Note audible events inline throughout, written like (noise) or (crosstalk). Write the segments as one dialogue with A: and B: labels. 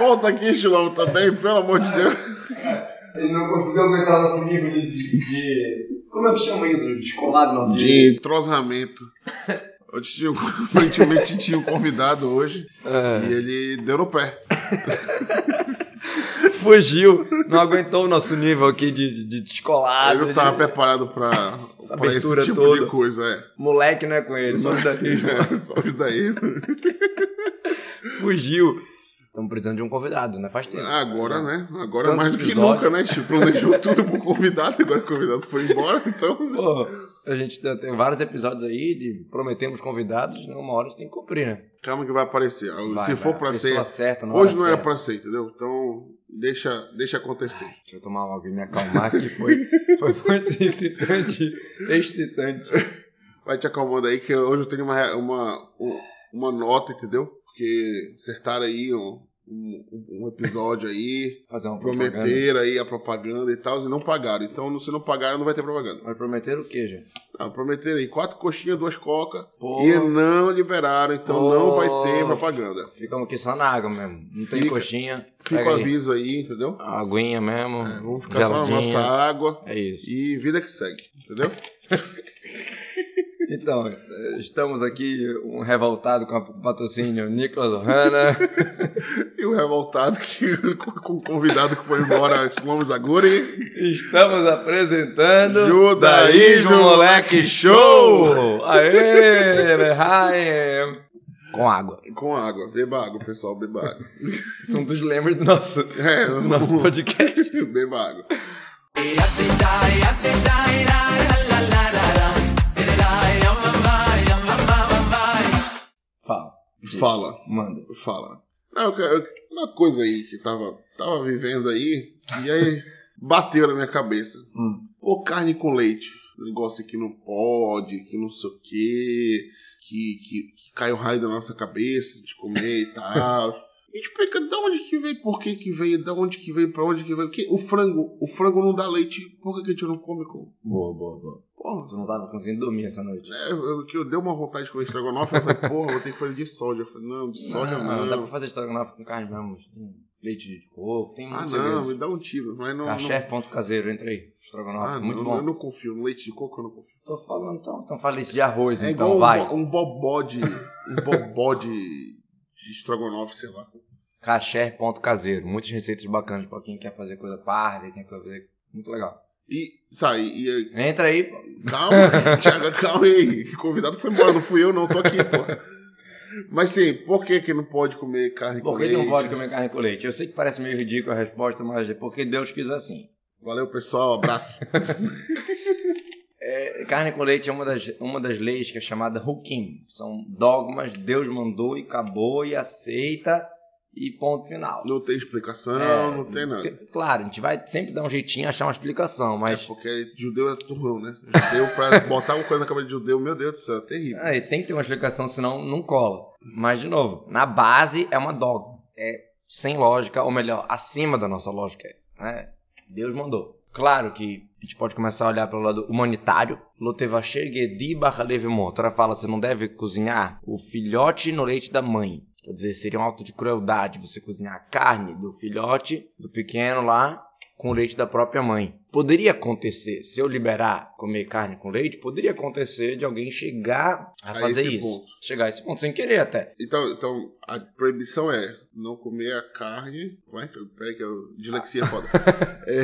A: Volta aqui, Chilão, também, pelo amor de Deus.
B: Ele não conseguiu aguentar nosso nível de, de, de- Como é que chama isso? Descolado, não?
A: De entrosamento. O titio, aparentemente, tinha um convidado hoje
C: É.
A: e ele deu no pé.
C: Fugiu, não aguentou o nosso nível aqui de, de descolado.
A: ele não
C: Ah, tá, de-
A: tava preparado pra,
C: Essa
A: pra esse
C: abertura
A: tipo
C: toda.
A: de coisa, é.
C: Moleque não é com ele, só solidarismo.
A: É, só isso daí.
C: (laughs) Fugiu. Estamos precisando de um convidado, né? Faz tempo.
A: Agora, né? Agora
C: Tanto
A: mais do que
C: episódio.
A: nunca, né? Tipo, planejou tudo pro convidado, agora o convidado foi embora, então.
C: Pô, a gente tem- tem vários episódios aí de prometemos convidados, né? Uma hora a gente tem que cumprir, né?
A: Calma que vai aparecer.
C: Vai,
A: Se
C: vai,
A: for
C: a
A: pra
C: pessoa
A: ser.
C: certa, na
A: Hoje
C: hora
A: não era
C: certa.
A: pra ser, entendeu? Então, deixa, deixa acontecer.
C: Deixa eu tomar uma água e me acalmar, que foi, foi (laughs) muito excitante. Excitante.
A: Vai te acalmando aí, que hoje eu tenho uma, re- uma, um- uma nota, entendeu? Porque acertaram aí um, um, um episódio aí,
C: Fazer uma (laughs) propaganda.
A: prometeram aí a propaganda e tal, e não pagaram. Então, se não pagaram, não vai ter propaganda.
C: Mas prometeram o quê, já?
A: Ah, prometeram aí quatro coxinhas, duas coca,
C: Pô.
A: e não liberaram, então não
C: Pô.
A: vai ter propaganda.
C: Ficamos aqui só na água mesmo. Não tem
A: Fica-
C: coxinha.
A: Fica
C: pega
A: o
C: aí.
A: aviso aí, entendeu?
C: A Aguinha mesmo.
A: É, vamos ficar só na
C: geladinha.
A: nossa água
C: É isso.
A: e vida que segue, entendeu?
C: Então, eh, estamos aqui um revoltado com a- com o patrocínio
A: (laughs)
C: Nicolas Hanna.
A: E o revoltado que, (laughs) com o convidado que foi embora, Slomo Zaguri.
C: Estamos apresentando
A: Judaísmo Moleque Show!
C: Aê, (laughs) Lehaim! Com água.
A: Com água, beba água, pessoal, beba água.
C: Isso é um dos lemas do nosso,
A: É,
C: do
A: (laughs)
C: nosso podcast.
A: beba água.
C: Fala,
A: Fala,
C: manda.
A: fala. Não, eu quero- uma coisa aí que tava, tava vivendo aí, e aí bateu na minha cabeça.
C: Hum.
A: Pô, carne com leite. Um Negócio que não pode, que não sei o quê, que, que, que cai o raio da nossa cabeça de comer e tal. E explica de onde que veio, por que que veio, de onde que veio, pra onde que veio. Porque o frango, o frango não dá leite, por que, que a gente não come com?
C: Boa, boa, boa.
A: Porra,
C: Tu não tava conseguindo dormir essa noite.
A: É, eu, que eu dei uma vontade de comer estrogonofe, eu falei, porra, vou ter que fazer de soja. Eu falei, não, de soja
C: não,
A: não.
C: Ah, dá pra fazer estrogonofe com carne mesmo. Tem leite de coco, tem
A: Ah,
C: muitos
A: não, me
C: segredos.
A: dá um tiro. Mas não, não...
C: Caché.caseiro, é entra aí. Estrogonofe,
A: Ah,
C: muito
A: não,
C: bom.
A: eu não confio. No leite de coco eu não confio.
C: Tô falando, então, então fala leite de arroz,
A: é
C: então,
A: igual
C: vai.
A: um, bo- um bobó de... Um bobó de... De estrogonofe, sei lá.
C: Caché.caseiro. é Muitas receitas bacanas pra quem quer fazer coisa parda, quem quer fazer. Muito legal.
A: E, sai, e... aí-
C: Entra aí, pô.
A: Calma, (laughs) Thiago, calma aí. O convidado foi embora, não fui eu não, tô aqui, pô. Mas sim, por que que não pode comer carne
C: Por
A: com
C: que
A: leite? né?
C: não pode comer carne com leite? Eu sei que parece meio ridícula a resposta, mas é porque Deus quis assim.
A: Valeu, pessoal, abraço.
C: É, carne com leite é uma das, uma das leis que é chamada Hukim. São dogmas, Deus mandou e acabou e aceita e ponto final.
A: Não tem explicação,
C: É,
A: não tem nada.
C: Te- Claro, a gente vai sempre dar um jeitinho achar uma explicação,
A: É
C: mas
A: porque judeu é turrão, né? Judeu, pra
C: (laughs)
A: botar alguma coisa na cabeça de judeu, meu Deus do céu, é terrível.
C: É, tem que ter uma explicação, senão não cola. Mas, de novo, na base é uma dogma. É sem lógica, ou melhor, acima da nossa lógica. né? Deus mandou. Claro que a gente pode começar a olhar pelo lado humanitário. Lotevacher Gedi barra Levimont. Ela fala, você não deve cozinhar o filhote no leite da mãe. Quer dizer, seria um ato de crueldade você cozinhar a carne do filhote, do pequeno lá, com o leite da própria mãe. Poderia acontecer, se eu liberar comer carne com leite, poderia acontecer de alguém chegar a,
A: A
C: fazer
A: esse
C: isso.
A: ponto.
C: Chegar a esse ponto, sem querer até.
A: Então, então, a proibição é não comer a carne. Como é que eu. Peraí, que eu. Dislexia é
C: (laughs)
A: foda. É,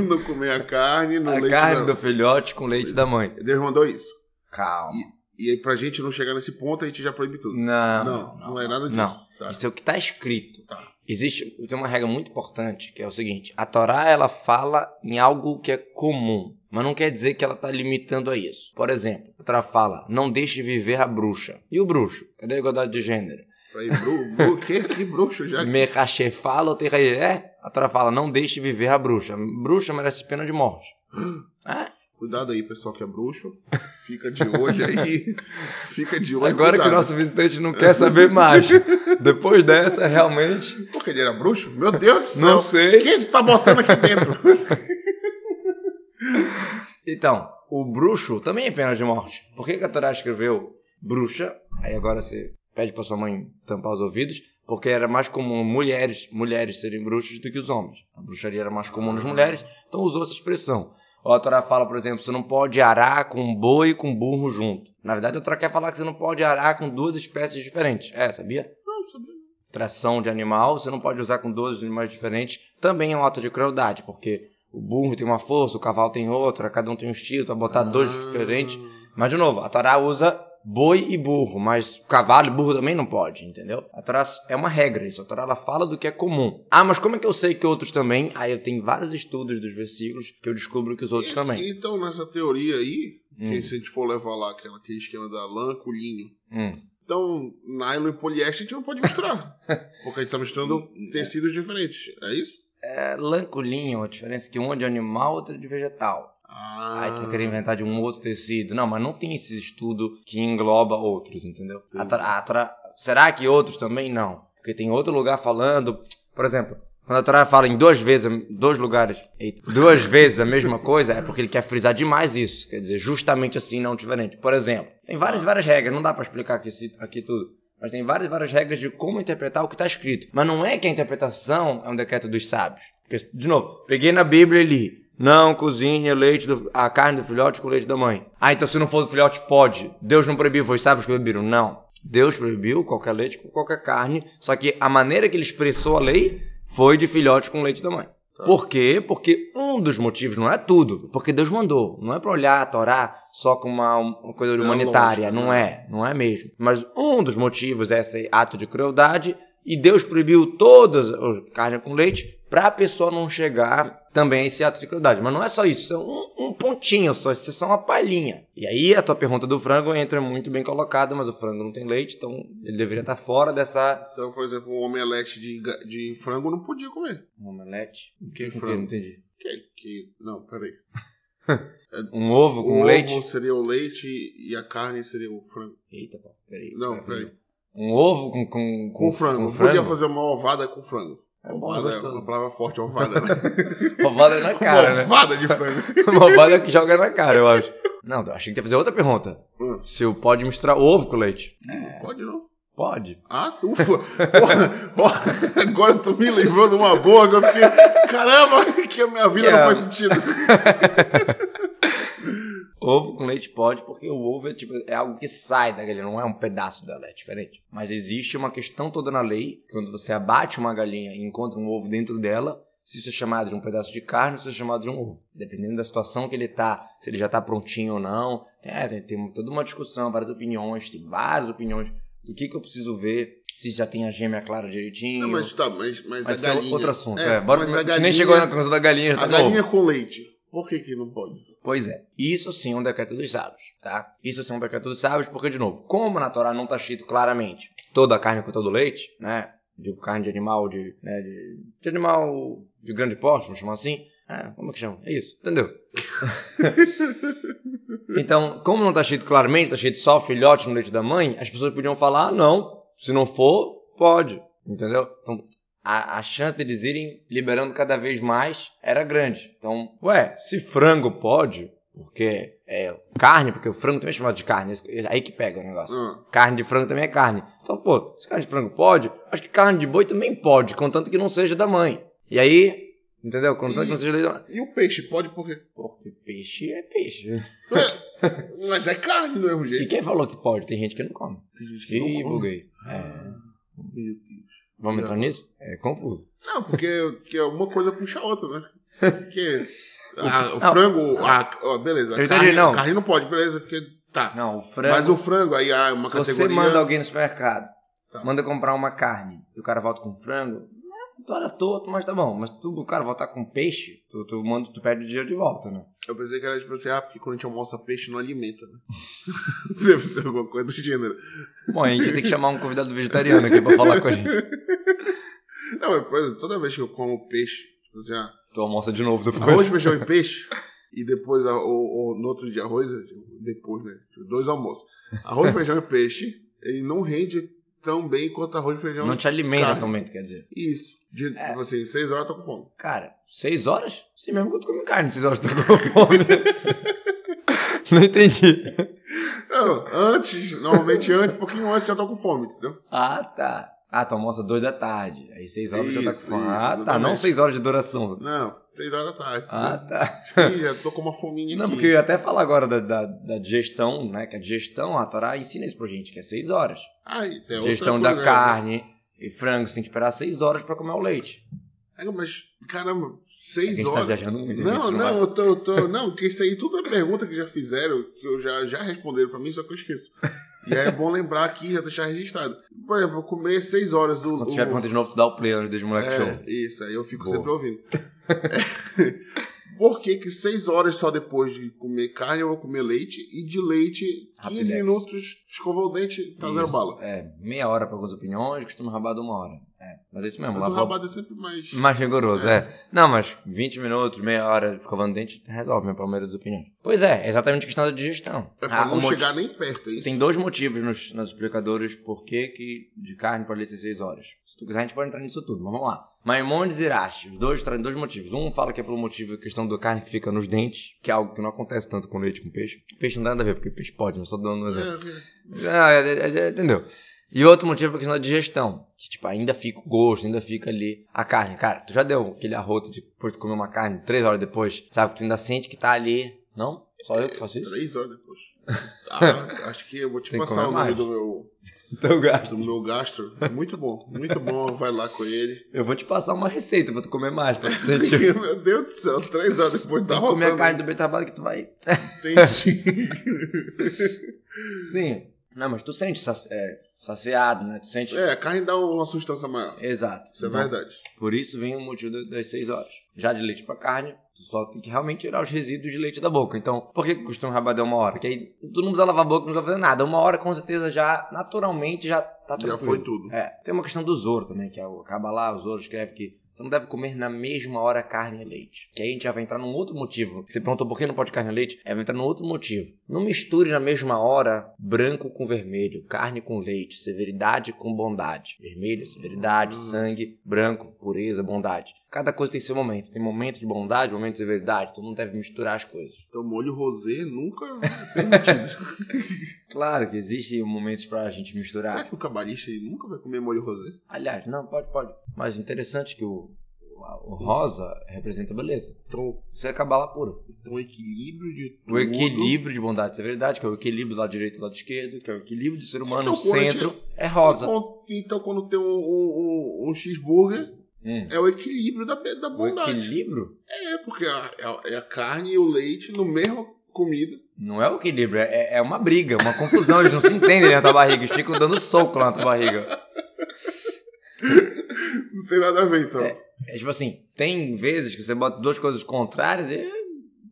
A: (laughs) não comer a carne no
C: a
A: leite
C: carne
A: da...
C: do filhote com leite da mãe.
A: Deus mandou isso.
C: Calma.
A: E aí, pra gente não chegar nesse ponto, a gente já proíbe tudo.
C: Não,
A: não, não é nada disso.
C: Não.
A: Tá.
C: Isso é o que está escrito.
A: Tá.
C: Existe, tem uma regra muito importante, que é o seguinte, a Torá, ela fala em algo que é comum, mas não quer dizer que ela está limitando a isso. Por exemplo, a Torá fala, não deixe viver a bruxa. E o bruxo? Cadê a igualdade de gênero?
A: Aí, bru,
C: (laughs)
A: bru, que, que bruxo já.
C: Mekashé fala, é? A Torá fala, não deixe viver a bruxa. Bruxa merece pena de morte. É?
A: Cuidado aí, pessoal que é bruxo. Fica de olho
C: (laughs)
A: aí. Fica de olho.
C: Agora que o
A: cuidado.
C: nosso visitante não quer saber mais.
A: (laughs)
C: Depois dessa, realmente...
A: Porque ele era bruxo? Meu Deus do céu.
C: Não sei.
A: Quem tu tá botando aqui dentro?
C: Então, o bruxo também é pena de morte. Por que, que a Torá escreveu bruxa? Aí agora você pede pra sua mãe tampar os ouvidos. Porque era mais comum mulheres, mulheres serem bruxas do que os homens. A bruxaria era mais comum nas mulheres, então usou essa expressão. Ou a Torá fala, por exemplo, você não pode arar com um boi e com burro junto. Na verdade, a Torá quer falar que você não pode arar com duas espécies diferentes. É, sabia?
A: Não, sabia. não.
C: Tração de animal, você não pode usar com 12 animais diferentes. Também é um ato de crueldade, porque o burro tem uma força, o cavalo tem outra, cada um tem um estilo, tá botar dois
A: Ah.
C: diferentes. Mas, de novo, a Torá usa boi e burro, mas cavalo e burro também não pode, entendeu? A Torá é uma regra isso. A Torá ela fala do que é comum. Ah, mas como é que eu sei que outros também? Aí eu tenho vários estudos dos versículos que eu descubro que os outros
A: E-
C: também.
A: Então, nessa teoria aí, que
C: Hum,
A: se a gente for levar lá aquela, aquele esquema da lã, colinho.
C: hum.
A: Então, nylon e poliéster a gente não pode
C: (laughs)
A: misturar. porque a gente tá misturando
C: Hum,
A: tecidos diferentes. É isso?
C: É, lã com linho, a diferença é que um é de animal, outro é de vegetal.
A: Ah,
C: Aí tu vai querer inventar de um outro tecido. Não, mas não tem esse estudo que engloba outros, entendeu? A Torá- a Torá- será que outros também? Não. Porque tem outro lugar falando. Por exemplo, quando a Torá fala em duas vezes, dois lugares, eita, duas vezes a mesma coisa, é porque ele quer frisar demais isso. Quer dizer, justamente assim, não diferente. Por exemplo, tem várias, várias regras, não dá pra explicar aqui, se- aqui tudo. Mas tem várias, várias regras de como interpretar o que está escrito. Mas não é que a interpretação é um decreto dos sábios. Porque, de novo, peguei na Bíblia e li. Não cozinhe leite do- a carne do filhote com o leite da mãe. Ah, então se não for do filhote, pode. Deus não proibiu, foi os sábios que proibiram. Não. Deus proibiu qualquer leite com qualquer carne. Só que a maneira que ele expressou a lei foi de filhote com leite da mãe.
A: Tá.
C: Por quê? Porque um dos motivos, não é tudo, porque Deus mandou. Não é pra olhar a Torá só com uma, uma coisa
A: É
C: humanitária,
A: lógico,
C: não
A: né?
C: é, não é mesmo. Mas um dos motivos é esse ato de crueldade e Deus proibiu todas as carne com leite pra a pessoa não chegar também a esse ato de crueldade. Mas não é só isso, isso é um, um pontinho só, isso é só uma palhinha. E aí a tua pergunta do frango entra muito bem colocada, mas o frango não tem leite, então ele deveria estar fora dessa...
A: Então, por exemplo, um omelete de, ga- de frango não podia comer.
C: Um omelete? O que?
A: Um
C: Com o que?
A: frango.
C: Não entendi.
A: Que, que, não, peraí.
C: Um ovo com
A: o
C: leite?
A: ovo seria o leite e a carne seria o frango.
C: Eita, pô, peraí.
A: Não, peraí.
C: Um ovo com, com,
A: Com, frango.
C: Com
A: Podia
C: frango?
A: fazer uma ovada com frango.
C: É bom,
A: ovada é
C: gostoso.
A: uma palavra forte,
C: (laughs)
A: ovada. né? (laughs)
C: Ovada é na cara,
A: uma
C: né?
A: ovada de frango.
C: (laughs) Uma ovada é que joga na cara, eu acho. Não, eu achei que ia fazer outra pergunta.
A: Hum.
C: Se eu pode misturar ovo com leite?
A: Não Pode não.
C: Pode.
A: Ah, ufa. Porra, porra, agora tu me lembrou de uma boa que eu fiquei. Caramba, que a minha vida
C: Que
A: não
C: é-
A: faz sentido.
C: Ovo com leite pode, porque o ovo é, tipo, é algo que sai da galinha, não é um pedaço dela, é diferente. Mas existe uma questão toda na lei, que quando você abate uma galinha e encontra um ovo dentro dela, se isso é chamado de um pedaço de carne, se isso é chamado de um ovo. Dependendo da situação que ele tá, se ele já tá prontinho ou não. É, tem, tem toda uma discussão, várias opiniões, tem várias opiniões do que, que eu preciso ver, se já tem a gêmea clara direitinho.
A: Não, mas tá, mas, mas,
C: Mas isso
A: a
C: é
A: galinha.
C: outro assunto. É, bora, a
A: mas
C: gente nem chegou na coisa da galinha,
A: A
C: já tá no ovo.
A: galinha com leite. Por que que não pode?
C: Pois é, isso sim é um decreto dos sábios, tá? Isso sim é um decreto dos sábios, porque, de novo, como na Torá não está escrito claramente que toda a carne com todo o leite, né? Digo carne de animal, de, né, de, de animal de grande porte, vamos chamar assim. É, como é que chama? É isso, entendeu? então, como não está escrito claramente, tá está escrito só filhote no leite da mãe, as pessoas podiam falar, "Ah, não, se não for, pode, entendeu? Então, a, a chance deles irem liberando cada vez mais era grande. Então, ué, se frango pode, porque é carne, porque o frango também é chamado de carne, esse- aí que pega o negócio.
A: Ah,
C: Carne de frango também é carne. Então, pô, se carne de frango pode, acho que carne de boi também pode, contanto que não seja da mãe. E aí, entendeu? Contanto que não seja da mãe.
A: E o peixe pode por quê?
C: Porque peixe é peixe.
A: Mas é carne do mesmo
C: E
A: jeito.
C: quem falou que pode? Tem gente que não come.
A: Tem gente que
C: Ih,
A: não come.
C: buguei. É.
A: Meu Deus.
C: Vamos entrar nisso? É confuso.
A: Não, porque porque uma coisa puxa a outra, né?
C: (laughs)
A: Porque a- o
C: Não.
A: frango, a- ó, beleza.
C: Eu
A: A
C: entendi,
A: carne,
C: não.
A: a carne não pode, beleza, porque tá.
C: Não, o frango.
A: Mas o frango aí é uma
C: Se
A: categoria.
C: você manda alguém no supermercado,
A: Tá.
C: manda comprar uma carne, e o cara volta com frango, não, tu olha torto, mas tá bom. Mas tu, o cara voltar com peixe, tu, tu, manda, tu perde o dinheiro de volta, né?
A: Eu pensei que era tipo assim, ah, porque quando a gente almoça peixe não alimenta, né? (laughs) Deve ser alguma coisa do gênero.
C: Bom, a gente tem que chamar um convidado vegetariano aqui pra falar com a gente.
A: Não, mas, por exemplo, toda vez que eu como peixe, tipo assim,
C: (laughs)
A: ah,
C: Tu almoça de novo depois.
A: arroz, feijão e peixe, e depois, a- ou, ou no outro dia, arroz, é, depois, né? Tipo, Dois almoços.
C: (laughs)
A: Arroz, feijão e peixe, ele não rende tão bem quanto arroz, feijão
C: Não te alimenta
A: Carne.
C: também, tu quer dizer.
A: e isso. De,
C: É.
A: Tipo assim, seis horas eu tô com fome.
C: Cara, seis horas? Sim, mesmo que tu come carne, seis horas tu tá com fome. (laughs) não entendi.
A: Não, antes, normalmente antes, um pouquinho antes eu tô com fome, entendeu?
C: Ah, tá. Ah, tu almoça duas da tarde. Aí seis horas já tá com
A: Isso,
C: fome.
A: isso,
C: Ah, tá. Não
A: exatamente.
C: seis horas de duração.
A: Não, seis horas da tarde.
C: Ah, tá.
A: Ih, já tô com uma fominha
C: Não,
A: aqui.
C: porque eu ia até falar agora da, da, da digestão, né? Que a digestão, a Torá ensina isso pra gente, que é seis horas.
A: Ah, e tem outra
C: digestão
A: coisa,
C: da
A: né?
C: carne e frango, você tem que esperar seis horas pra comer o leite.
A: É, mas, caramba,
C: A
A: seis
C: gente tá
A: horas.
C: viajando muito. a gente
A: Não,
C: vai-
A: não, eu tô, eu tô. Não, que isso aí tudo é pergunta que já fizeram, que eu já, já responderam pra mim, só que eu esqueço. E aí é bom lembrar aqui, já deixar registrado. Por exemplo, eu comer seis horas do.
C: Quando
A: do-
C: tiver pergunta de novo, tu dá o play antes dos moleque show.
A: é, isso, aí eu fico
C: Boa.
A: sempre ouvindo. (laughs) Por que que seis horas só depois de comer carne eu vou comer leite e de leite 15
C: Rapidex.
A: minutos escovar o dente e tá zero
C: Isso.
A: bala?
C: É, meia hora pra algumas opiniões, costuma rabado uma hora. É, mas é isso mesmo.
A: Mas o
C: Lava
A: rabado é sempre mais.
C: Mais rigoroso, é. Não, mas 20 minutos, meia hora escovando dente, resolve, minha palmeira das opiniões. Pois é, é exatamente a questão da digestão.
A: É pra
C: Ah,
A: não
C: o moti-
A: chegar nem perto, é isso?
C: Tem dois motivos nos, nos explicadores por que, que de carne pode ser 6 horas. Se tu quiser, a gente pode entrar nisso tudo, mas vamos lá. Maimonides e Irache, os dois trazem dois motivos. Um fala que é pelo motivo da questão da carne que fica nos dentes, que é algo que não acontece tanto com leite com peixe. Peixe não dá nada a ver, porque peixe pode, não só dando um exemplo.
A: É,
C: Ah, é, é, é, entendeu? E outro motivo é a questão da digestão. Que, tipo, ainda fica o gosto, ainda fica ali a carne. Cara, tu já deu aquele arroto de depois tu comer uma carne três horas depois, sabe? Que tu ainda sente que tá ali. Não? Só eu que faço isso?
A: três horas depois. Ah, acho que eu vou te
C: né? Tem que
A: passar
C: comer
A: o nome
C: mais.
A: do meu,
C: (laughs) Então eu
A: do
C: gasto.
A: meu gastro. É Muito bom, muito bom. Vai lá com
C: (laughs)
A: ele.
C: Eu vou te passar uma receita pra tu comer mais, pra tu sentir. (laughs)
A: Meu Deus do céu, três horas depois tá
C: Tem que comer a
A: rolando.
C: carne do betabado que tu vai.
A: Entendi.
C: Sim. Não, mas tu sente saci- é, saciado, né? Tu sente.
A: É, a carne dá uma sustância maior.
C: Exato.
A: Isso é
C: Então,
A: verdade.
C: Por isso vem o motivo da- das 6 horas. Já de leite pra carne, tu só tem que realmente tirar os resíduos de leite da boca. Então, por que que custa um rabadão uma hora? Porque aí tu não precisa lavar a boca, não precisa fazer nada. Uma hora, com certeza, já naturalmente já tá
A: Já
C: tranquilo.
A: foi tudo.
C: É. Tem uma questão do Zoro também, que é o Kabbalah, o Zoro escreve que você não deve comer na mesma hora carne e leite. Que aí a gente já vai entrar num outro motivo. Você perguntou por que não pode carne e leite? É, vai entrar num outro motivo. Não misture na mesma hora branco com vermelho, carne com leite, severidade com bondade. Vermelho, severidade,
A: Hum.
C: sangue, branco, pureza, bondade. Cada coisa tem seu momento. Tem momento de bondade, momento de severidade. Tu não deve misturar as coisas.
A: Então, molho rosé nunca
C: (laughs)
A: é permitido.
C: Claro que existem momentos pra gente misturar.
A: Será que o cabalista ele nunca vai comer molho rosé?
C: Aliás, não, pode, pode. Mas interessante é que o, o- o rosa representa beleza.
A: Então,
C: Isso é cabala puro.
A: então o equilíbrio de tudo.
C: O Um equilíbrio de bondade e severidade, que é o equilíbrio do lado direito e do lado esquerdo, que é o equilíbrio do ser humano,
A: Então,
C: o
A: quando a gente-
C: centro, é rosa.
A: Então, então, quando tem um, um, um, um cheeseburger,
C: Hum.
A: é o equilíbrio da, da
C: O
A: bondade.
C: equilíbrio
A: É, porque a- é a, é a carne e o leite no mesmo comida.
C: não é o equilíbrio, é, é uma briga, uma confusão. Eles não se entendem na tua barriga, eles ficam dando soco lá na tua barriga.
A: Não tem nada a ver, então.
C: É tipo assim, tem vezes que você bota duas coisas contrárias e é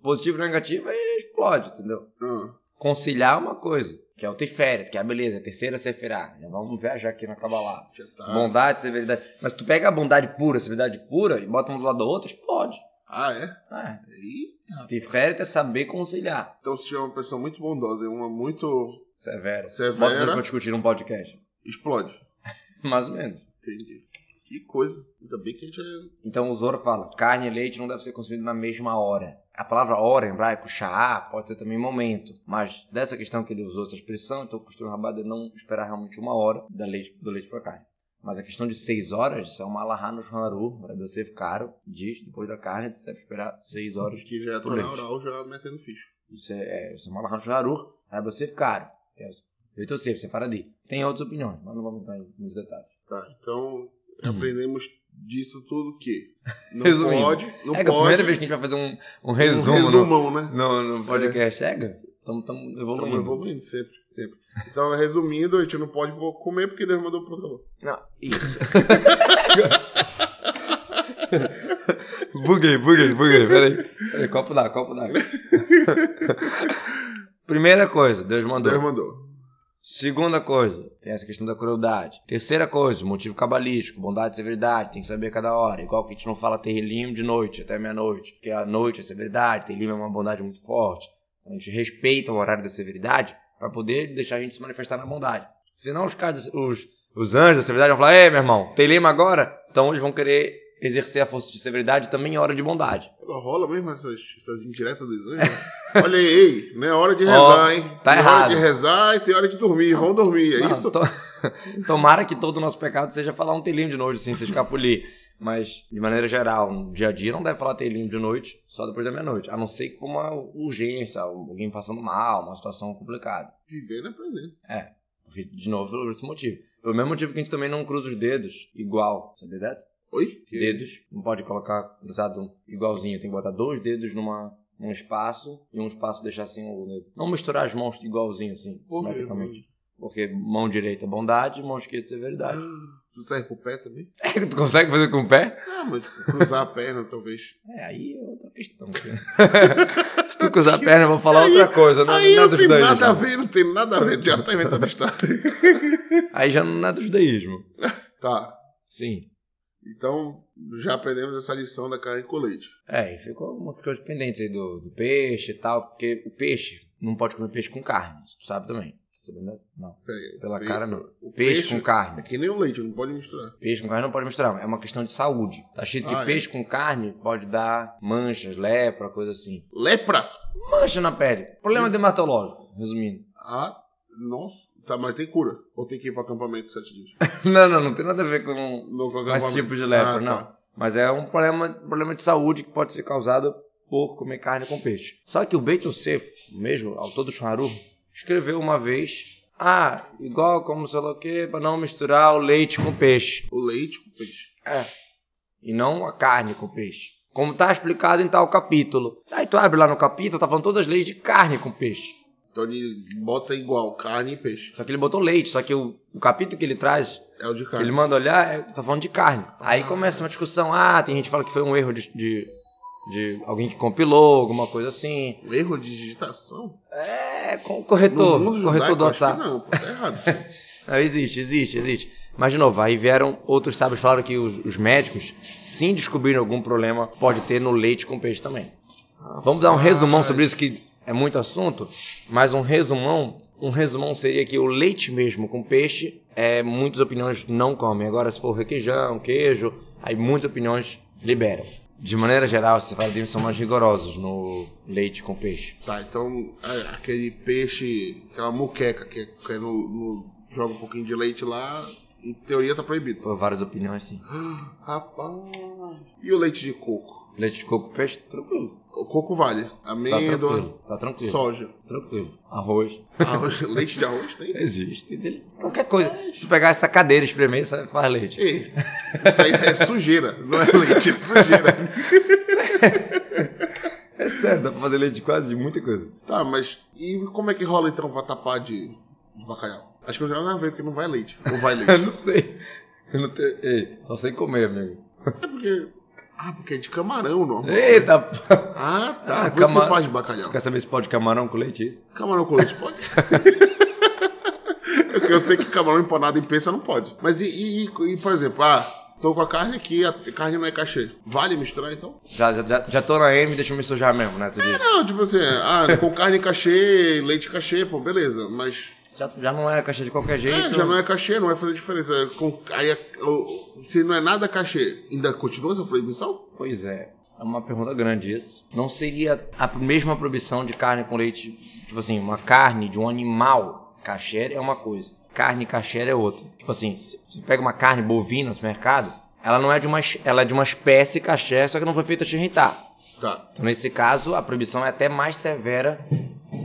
C: positivo e negativo e explode, entendeu?
A: Ah,
C: conciliar uma coisa, que é o Tiferet, que é a beleza, a terceira Seferá. Já vamos viajar aqui na Kabbalah.
A: já tá.
C: Bondade, severidade. Mas tu pega a bondade pura, a severidade pura, e bota um do lado da outra, explode.
A: Ah, é?
C: É.
A: Aí,
C: Tiferet é saber conciliar.
A: então, se tiver uma pessoa muito bondosa e uma muito.
C: Severa.
A: Severa.
C: Bota pra discutir um podcast.
A: explode.
C: Mais ou menos.
A: Entendi. Que coisa. Ainda bem que a gente é.
C: Então o Zoro fala, carne e leite não deve ser consumido na mesma hora. A palavra hora em hebraico, shaá, pode ser também momento. Mas dessa questão que ele usou, essa expressão, então o costume rabado é não esperar realmente uma hora da leite, do leite para carne. Mas a questão de seis horas, isso é uma alahá no Shonaru, para você caro, diz, depois da carne, você deve esperar seis horas.
A: Que já é
C: Pro leite.
A: tornar oral já metendo ficha.
C: Isso é, é, isso é uma alahá no Shonaru, para você caro. Que é Leito seco, você fala ali. Tem outras opiniões, mas não vamos entrar em muitos detalhes.
A: Tá,
C: Uhum.
A: então aprendemos disso tudo
C: (laughs)
A: que. Não
C: Resumindo.
A: pode. Não
C: é que
A: pode.
C: a primeira vez que a gente vai fazer um, um
A: um
C: resumo, no-
A: resumão, né?
C: No, no é. podcast cega? Estamos
A: Estamos
C: evoluindo.
A: evoluindo sempre, sempre. Então, resumindo, a gente não pode comer porque Deus mandou pro trabalho.
C: Não, isso. buguei, buguei, buguei. Peraí. Peraí, copo d'água, copo (laughs) d'água. Primeira coisa, Deus mandou.
A: Deus mandou.
C: Segunda coisa, tem essa questão da crueldade. Terceira coisa, motivo cabalístico, bondade e severidade, tem que saber a cada hora. Igual que a gente não fala terrelinho de noite até meia-noite, porque a noite é severidade, terrelinho é uma bondade muito forte. Então a gente respeita o horário da severidade para poder deixar a gente se manifestar na bondade. Senão os caras, os, os anjos da severidade vão falar, é meu irmão, terrelinho agora? Então eles vão querer exercer a força de severidade também em hora de bondade.
A: Agora rola mesmo essas, essas indiretas dos anjos. né?
C: (laughs)
A: Olha aí, ei, não é hora de
C: Ó,
A: rezar, hein? tem
C: tá
A: hora
C: errado.
A: de rezar e tem hora de dormir. Vão dormir, é
C: Não,
A: isso?
C: tô- (laughs) Tomara que todo o nosso pecado seja falar um telinho de noite, assim, se escapulir. Mas, de maneira geral, no dia a dia não deve falar telinho de noite, só depois da meia-noite. A não ser que for uma urgência, alguém passando mal, uma situação complicada.
A: Viver é presente.
C: Porque, de novo, pelo mesmo motivo. Pelo mesmo motivo que a gente também não cruza os dedos igual. Sabia dessa?
A: Oi?
C: dedos. Não pode colocar cruzado igualzinho. Tem que botar dois dedos numa, num espaço e um espaço deixar assim o dedo. Não misturar as mãos igualzinho, assim,
A: Pô,
C: simetricamente. Porque mão direita é bondade, mão esquerda é severidade.
A: Tu serve pro pé também?
C: É que (laughs) tu consegue fazer com o pé?
A: Ah, mas cruzar a perna, talvez.
C: É, aí é outra (laughs) questão. cara. Se tu cruzar a perna, eu vou falar outra coisa. Não,
A: Aí
C: não é
A: não
C: dos
A: tem
C: daísmo.
A: nada a ver, não tem nada a ver. Já tá inventando história.
C: Aí já não é dos daísmo.
A: Tá.
C: Sim.
A: Então, já aprendemos essa lição da carne com leite.
C: É, e ficou algumas coisas pendentes aí do, do peixe e tal, porque o peixe não pode comer peixe com carne, tu sabe também. Tá sabendo dessa? Não.
A: Peraí,
C: Pela
A: pe-
C: cara não.
A: O
C: Peixe,
A: peixe,
C: com carne.
A: é que nem o leite, não pode misturar.
C: Peixe com carne não pode misturar, é uma questão de saúde. Tá escrito que
A: Ah, é.
C: peixe com carne pode dar manchas, lepra, coisa assim.
A: Lepra!
C: Mancha na pele. Problema dermatológico, resumindo.
A: Ah, nossa. Tá, mas tem cura. Ou tem que ir pro acampamento sete
C: (laughs)
A: dias?
C: (laughs) Não, não, não tem nada a ver com
A: Não, com
C: esse
A: acampamento.
C: tipo de lepra,
A: Ah, tá.
C: não. Mas é um problema, problema de saúde que pode ser causado por comer carne com peixe. Só que o Bento Cefo, mesmo autor do Charu, escreveu uma vez: Ah, igual como sei lá o quê, pra não misturar o leite com peixe.
A: O leite com peixe.
C: É. E não a carne com peixe. Como está explicado em tal capítulo. Aí tu abre lá no capítulo, tá falando todas as leis de carne com peixe.
A: Então ele bota igual, carne e peixe.
C: Só que ele botou leite, só que o, o capítulo que ele traz,
A: É o de
C: que ele
A: carne. Ah.
C: manda olhar, é, tá falando de carne. Aí começa uma discussão, ah, tem gente que fala que foi um erro de, de, de alguém que compilou, alguma coisa assim.
A: Um erro de digitação?
C: É, com,
A: No
C: corretor,
A: mundo judaico,
C: corretor do
A: eu acho que
C: WhatsApp.
A: Não, pô, tá errado.
C: (laughs) Não, existe, existe, existe. Mas, de novo, aí vieram outros sábios falaram que os, os médicos, sim descobriram algum problema, pode ter no leite com peixe também. Vamos dar um resumão sobre isso, que é muito assunto, mas um resumão. Um resumão seria que o leite mesmo com peixe, é, muitas opiniões não comem. Agora, se for requeijão, queijo, aí muitas opiniões liberam. De maneira geral, esses paradigmas são mais rigorosos no leite com peixe.
A: Tá, então a- aquele peixe, aquela muqueca que, que é no, no- joga um pouquinho de leite lá, em teoria tá proibido. (gasps)
C: Por várias opiniões, sim.
A: Rapaz. E o leite de coco?
C: Leite de coco com peixe, tranquilo.
A: O coco vale.
C: Tá
A: Amêndoa,
C: tranquilo. Tá tranquilo.
A: soja.
C: Tranquilo. Arroz.
A: Arroz- (laughs) leite de arroz tem?
C: Existe. dele- Qualquer coisa. Se tu pegar essa cadeira e espremer, isso faz leite.
A: Ei, isso aí é sujeira, não é leite, é sujeira.
C: É sério, dá pra fazer leite de quase de muita coisa. (laughs)
A: Tá, mas e como é que rola então pra tapar de de bacalhau? Acho que eu já não ver porque não vai leite. Ou vai
C: (laughs)
A: leite.
C: Eu É, não sei. Eu não tenho. Ei, só sei comer, amigo.
A: É porque. Ah, porque é de camarão, normal.
C: Eita, pô.
A: Ah, tá.
C: Ah,
A: Por isso
C: camar-
A: que faz de bacalhau.
C: Tu quer saber se pode camarão com leite? Isso?
A: Camarão com leite
C: (laughs)
A: pode? É que eu sei que camarão empanado em pensa não pode. Mas e, e- e- e, por exemplo, ah, tô com a carne aqui, a carne não é cachê. Vale misturar então?
C: Já, já- já, já tô na M, deixa eu me sujar mesmo, né? Tu diz.
A: Não, tipo assim, ah, com carne cachê, leite cachê, pô, beleza. Mas
C: Já, já não é caixa de qualquer jeito.
A: É, já não é cachê, não vai fazer diferença. Com- aí, é- o- se não é nada cachê, ainda continua essa proibição?
C: Pois é. É uma pergunta grande isso. Não seria a mesma proibição de carne com leite, tipo assim, uma carne de um animal kasher é uma coisa, carne kasher é outra. Tipo assim, se você pega uma carne bovina no mercado, ela não é de uma, es- ela é de uma espécie kasher, só que não foi feita xerritar.
A: Tá.
C: Então, nesse caso, a proibição é até mais severa,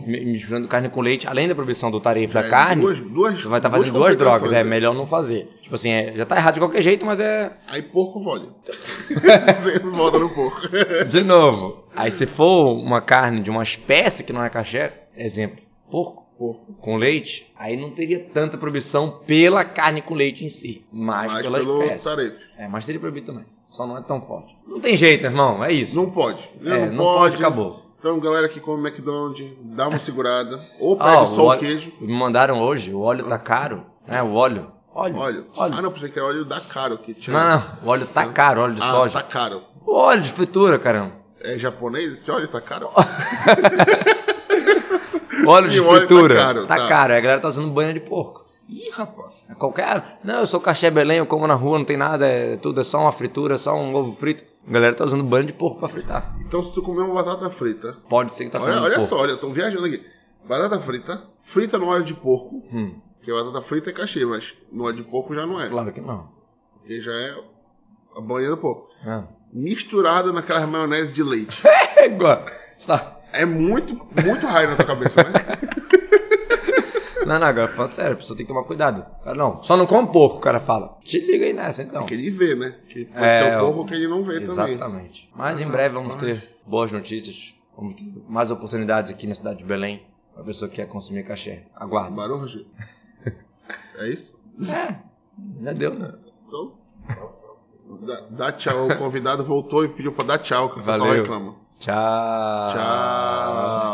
C: mi- misturando carne com leite, além da proibição do tarifa da
A: É,
C: carne.
A: Duas, duas,
C: Você vai estar fazendo duas
A: complicações,
C: drogas, é
A: né?
C: melhor não fazer. Tipo assim, é- já tá errado de qualquer jeito, mas é
A: Aí porco
C: (laughs)
A: vale. Sempre volta no porco. (laughs)
C: De novo. Aí se for uma carne de uma espécie que não é caché, exemplo, porco
A: Porco.
C: com leite, aí não teria tanta proibição pela carne com leite em si, mas,
A: Mas
C: pela
A: pelo
C: espécie.
A: tarefa.
C: É, mas seria proibido também. Só não é tão forte. Não tem jeito, irmão, é isso.
A: Não pode.
C: é, não pode, acabou.
A: Então, galera que come McDonald's, dá uma segurada. Ou pega
C: Ó,
A: só o
C: óleo-
A: queijo.
C: Me mandaram hoje, o óleo tá caro, né? O óleo. Óleo.
A: Óleo. Ah, não, pensei que era óleo da caro que tinha.
C: Não, não, o óleo tá caro, óleo de
A: ah,
C: soja.
A: tá caro.
C: O óleo de fritura, caramba.
A: É japonês? Esse óleo tá caro?
C: O óleo
A: (laughs)
C: de
A: E o óleo tá
C: fritura.
A: caro, tá.
C: tá caro, aí a galera tá usando banha de porco.
A: Ih, rapaz.
C: É Qualquer. Não, eu sou caché Belém, eu como na rua, não tem nada, é tudo, é só uma fritura, é só um ovo frito. A galera tá usando banho de porco pra fritar.
A: Então, se tu comer uma batata frita,
C: Pode ser que tá
A: olha,
C: comendo
A: olha
C: porco.
A: só, olha, eu tô viajando aqui. Batata frita, frita no óleo de porco,
C: Hum.
A: Porque batata frita é cachê, mas no é de porco já não é.
C: Claro que não.
A: Porque já é a banha do porco.
C: É.
A: Misturada naquelas maionese de leite.
C: (laughs) É igual. Tá.
A: É muito, muito raio na tua cabeça, né?
C: Não, não, agora falando sério, a pessoa tem que tomar cuidado. Cara, não, só não come porco, o cara fala. Te liga aí nessa então.
A: Que ele vê, né? Que pode
C: É,
A: ter um
C: ó.
A: porco que ele não vê também.
C: Exatamente. Mas em breve vamos ter boas notícias, vamos ter mais oportunidades aqui na cidade de Belém para pessoa que quer consumir cachê. Aguarde.
A: Barulho,
C: (laughs)
A: Rogério? É isso?
C: Já deu, né?
A: Então. Dá, dá tchau. O convidado voltou e pediu pra dar tchau, que o pessoal
C: Valeu.
A: reclama.
C: Tchau.
A: Tchau.
C: Ah.